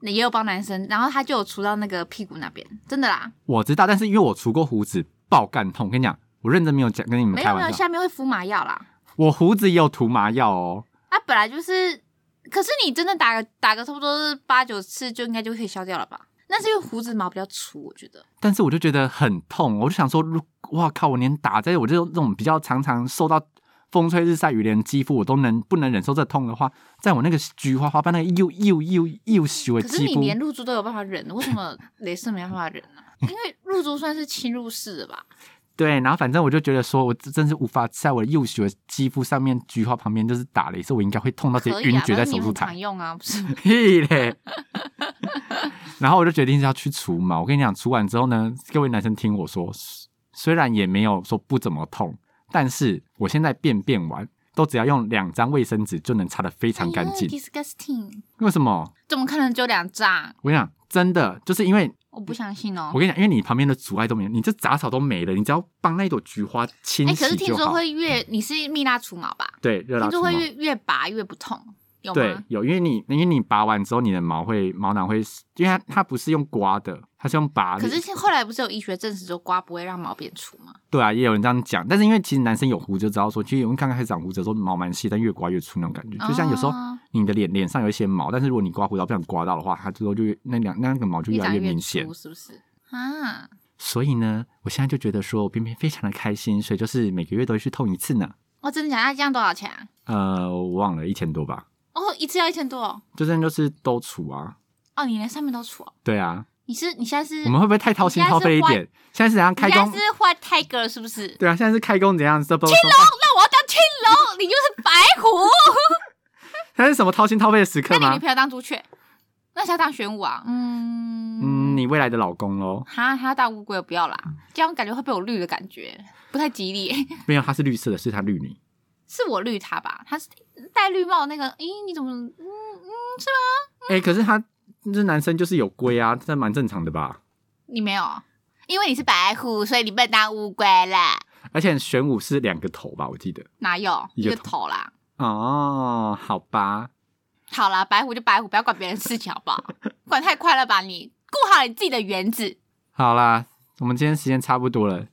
[SPEAKER 1] 也有帮男生，然后他就有除到那个屁股那边，真的啦，
[SPEAKER 2] 我知道，但是因为我除过胡子，爆干痛。我跟你讲，我认真没有讲跟你们
[SPEAKER 1] 没
[SPEAKER 2] 开
[SPEAKER 1] 有没有，
[SPEAKER 2] 玩笑，
[SPEAKER 1] 下面会敷麻药啦。
[SPEAKER 2] 我胡子也有涂麻药哦。
[SPEAKER 1] 啊，本来就是，可是你真的打个打个差不多是八九次，就应该就可以消掉了吧？那是因为胡子毛比较粗，我觉得。
[SPEAKER 2] 但是我就觉得很痛，我就想说，如哇靠，我连打在我这种这种比较常常受到风吹日晒雨淋的肌肤，我都能不能忍受这痛的话，在我那个菊花花瓣那个 又又又又羞的
[SPEAKER 1] 可是
[SPEAKER 2] 肌
[SPEAKER 1] 你
[SPEAKER 2] 肤，
[SPEAKER 1] 连露珠都有办法忍，为什么镭射没办法忍呢、 因为露珠算是侵入式的吧？
[SPEAKER 2] 对，然后反正我就觉得说，我真是无法在我的幼羞的肌肤上面菊花旁边就是打雷，所以我应该会痛到直
[SPEAKER 1] 可
[SPEAKER 2] 接
[SPEAKER 1] 以
[SPEAKER 2] 晕
[SPEAKER 1] 啊，
[SPEAKER 2] 厥在
[SPEAKER 1] 但是
[SPEAKER 2] 手
[SPEAKER 1] 你
[SPEAKER 2] 术
[SPEAKER 1] 很
[SPEAKER 2] 台
[SPEAKER 1] 常。用啊，不是？
[SPEAKER 2] 屁嘞！然后我就决定是要去除毛。我跟你讲，除完之后呢，各位男生听我说，虽虽然也没有说不怎么痛，但是我现在便便完都只要用两张卫生纸就能擦得非 常干净
[SPEAKER 1] 哎。呀 Disgusting，
[SPEAKER 2] 为什么？
[SPEAKER 1] 怎么可能只有两张？
[SPEAKER 2] 我跟你讲，真的就是因为
[SPEAKER 1] 我不相信哦
[SPEAKER 2] 我。跟你讲，因为你旁边的阻碍都没有，你这杂草都没了，你只要帮那一朵菊花清
[SPEAKER 1] 哎、可
[SPEAKER 2] 洗
[SPEAKER 1] 是听
[SPEAKER 2] 就
[SPEAKER 1] 说
[SPEAKER 2] 好。
[SPEAKER 1] 会越你是蜜蜡除毛吧？
[SPEAKER 2] 对，热拉
[SPEAKER 1] 听
[SPEAKER 2] 除
[SPEAKER 1] 说
[SPEAKER 2] 毛
[SPEAKER 1] 会。越越拔越不痛，有
[SPEAKER 2] 对
[SPEAKER 1] 吗？，
[SPEAKER 2] 有，因为你因为你拔完之后，你的毛会毛囊会，因为它它不是用刮的，它是用拔的。
[SPEAKER 1] 可是后来不是有医学证实说刮不会让毛变粗吗？
[SPEAKER 2] 对啊，也有人这样讲，但是因为其实男生有胡子就知道说，其实我们刚开始长胡子的时候毛蛮细，但越刮越粗那种感觉，就像有时候
[SPEAKER 1] 哦
[SPEAKER 2] 你的脸脸上有一些毛，但是如果你刮胡刀不想刮到的话，它最后就越那两那个毛就越来
[SPEAKER 1] 长
[SPEAKER 2] 越
[SPEAKER 1] 越
[SPEAKER 2] 明显
[SPEAKER 1] 粗。是不是？啊，
[SPEAKER 2] 所以呢，我现在就觉得说我便便非常的开心，所以就是每个月都会去痛一次呢。
[SPEAKER 1] 哦，真的假的？那这样多少钱啊？
[SPEAKER 2] 呃，我忘了一千多吧，
[SPEAKER 1] 哦，一次要一千多哦。
[SPEAKER 2] 就真的就是都除啊。
[SPEAKER 1] 哦，你连上面都除哦。
[SPEAKER 2] 对啊，
[SPEAKER 1] 你是你现嗯在是
[SPEAKER 2] 我们会不会太掏心掏肺一点？现在是怎样
[SPEAKER 1] 你
[SPEAKER 2] 开
[SPEAKER 1] 现在
[SPEAKER 2] 工？
[SPEAKER 1] 是换 tiger 是不是？
[SPEAKER 2] 对啊，现在是开工怎样？这不
[SPEAKER 1] 那我要当青龙，你就是白虎。
[SPEAKER 2] 现在 是什么掏心掏肺的时刻
[SPEAKER 1] 那你
[SPEAKER 2] 吗
[SPEAKER 1] 女？朋友当朱雀，那是要当玄武啊？嗯
[SPEAKER 2] 嗯，，你未来的老公哦喽？
[SPEAKER 1] 哈，还要当乌龟，我不要啦，这样感觉会被我绿的感觉，不太吉利。
[SPEAKER 2] 没有，他是绿色的，是他绿你。
[SPEAKER 1] 是我绿他吧？他是戴绿帽那个，咦，你怎么？嗯嗯，是吗？
[SPEAKER 2] 哎、可是他这男生就是有龟啊，这蛮正常的吧？
[SPEAKER 1] 你没有，因为你是白虎，所以你不能当乌龟啦。
[SPEAKER 2] 而且玄武是两个头吧，我记得。
[SPEAKER 1] 哪有
[SPEAKER 2] 一
[SPEAKER 1] 一
[SPEAKER 2] 个
[SPEAKER 1] 个头啦？
[SPEAKER 2] 哦，好吧，
[SPEAKER 1] 好啦，白虎就白虎，不要管别人事情好不好？ 管太快了吧你，顾好你自己的原子。
[SPEAKER 2] 好啦，我们今天时间差不多了。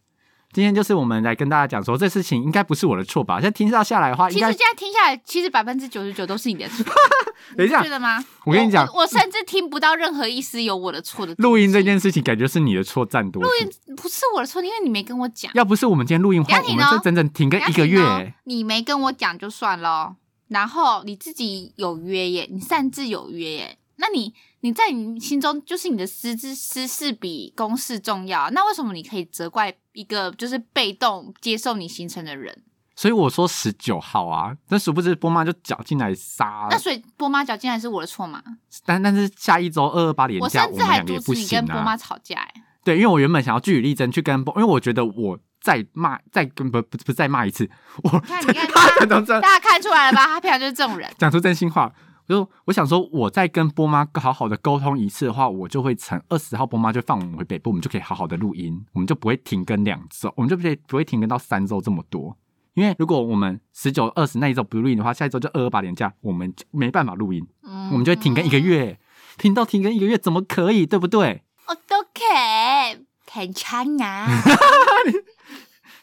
[SPEAKER 2] 今天就是我们来跟大家讲说，这事情应该不是我的错吧？现在听到下来的话，
[SPEAKER 1] 其
[SPEAKER 2] 应
[SPEAKER 1] 实
[SPEAKER 2] 该
[SPEAKER 1] 这样听下来，其实百分之九十九都是你的错，
[SPEAKER 2] 等
[SPEAKER 1] 你
[SPEAKER 2] 一
[SPEAKER 1] 不
[SPEAKER 2] 下
[SPEAKER 1] 觉，得吗？
[SPEAKER 2] 我跟你讲，
[SPEAKER 1] 我甚至听不到任何一丝有我的错的。
[SPEAKER 2] 录音这件事情感觉是你的错占多数。
[SPEAKER 1] 不是我的错，因为你没跟我讲。
[SPEAKER 2] 要不是我们今天录音的话，
[SPEAKER 1] 等一
[SPEAKER 2] 我
[SPEAKER 1] 下停
[SPEAKER 2] 们就
[SPEAKER 1] 哦
[SPEAKER 2] 整整停个一个月、
[SPEAKER 1] 然后你没跟我讲就算咯，然后你自己有约耶，你擅自有约耶，那你你在你心中就是你的私之私事比公事重要，那为什么你可以责怪一个就是被动接受你行程的人？
[SPEAKER 2] 所以我说十九号啊，但殊不知波妈就绞进来杀
[SPEAKER 1] 那。所以波妈脚进来是我的错嘛？
[SPEAKER 2] 但但是下一周二二八连
[SPEAKER 1] 我
[SPEAKER 2] 假，
[SPEAKER 1] 甚
[SPEAKER 2] 我
[SPEAKER 1] 至
[SPEAKER 2] 们
[SPEAKER 1] 还
[SPEAKER 2] 两个
[SPEAKER 1] 阻
[SPEAKER 2] 也不
[SPEAKER 1] 止你
[SPEAKER 2] 行
[SPEAKER 1] 跟波
[SPEAKER 2] 啊
[SPEAKER 1] 妈。吵架耶，
[SPEAKER 2] 对，因为我原本想要据理力争去跟波，因为我觉得我再骂再跟不不不再骂一次，我
[SPEAKER 1] 看
[SPEAKER 2] 再
[SPEAKER 1] 你看
[SPEAKER 2] 他讲真
[SPEAKER 1] 大家看出来了吧？他平常就是这种人。
[SPEAKER 2] 讲出真心话，我就我想说，我再跟波妈好好的沟通一次的话，我就会成二十号波妈就放我们回北部，我们就可以好好的录音，我们就不会停更两周，我们就不会不会停更到三周这么多。因为如果我们十九、二十那一周不录音的话，下一周就二二八连假，我们就没办法录音，
[SPEAKER 1] 嗯
[SPEAKER 2] 我们就会停更一个
[SPEAKER 1] 哦
[SPEAKER 2] 月，停到停更一个月怎么可以，对不对？
[SPEAKER 1] 我都可嗯 以，很长啊。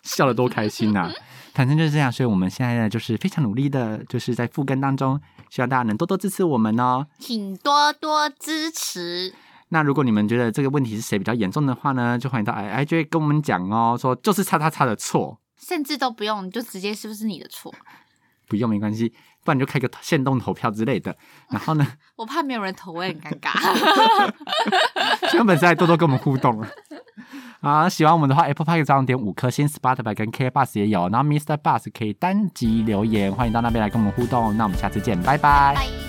[SPEAKER 2] 笑得多开心呐、啊反正就是这样，所以我们现在呢，就是非常努力的，就是在复更当中，希望大家能多多支持我们哦。
[SPEAKER 1] 请多多支持。
[SPEAKER 2] 那如果你们觉得这个问题是谁比较严重的话呢，就欢迎到 I I J 跟我们讲哦，说就是叉叉叉的错，
[SPEAKER 1] 甚至都不用，你就直接是不是你的错？
[SPEAKER 2] 不用没关系，不然你就开个限动投票之类的。然后呢，
[SPEAKER 1] 我怕没有人投，我也很尴尬。
[SPEAKER 2] 希望粉丝还多多跟我们互动啊。啊，喜欢我们的话，Apple Park 上点五颗星，Spotify 跟 K Bus 也有，然后 Mr. Bus 可以单集留言，欢迎到那边来跟我们互动。那我们下次见，拜拜
[SPEAKER 1] 拜。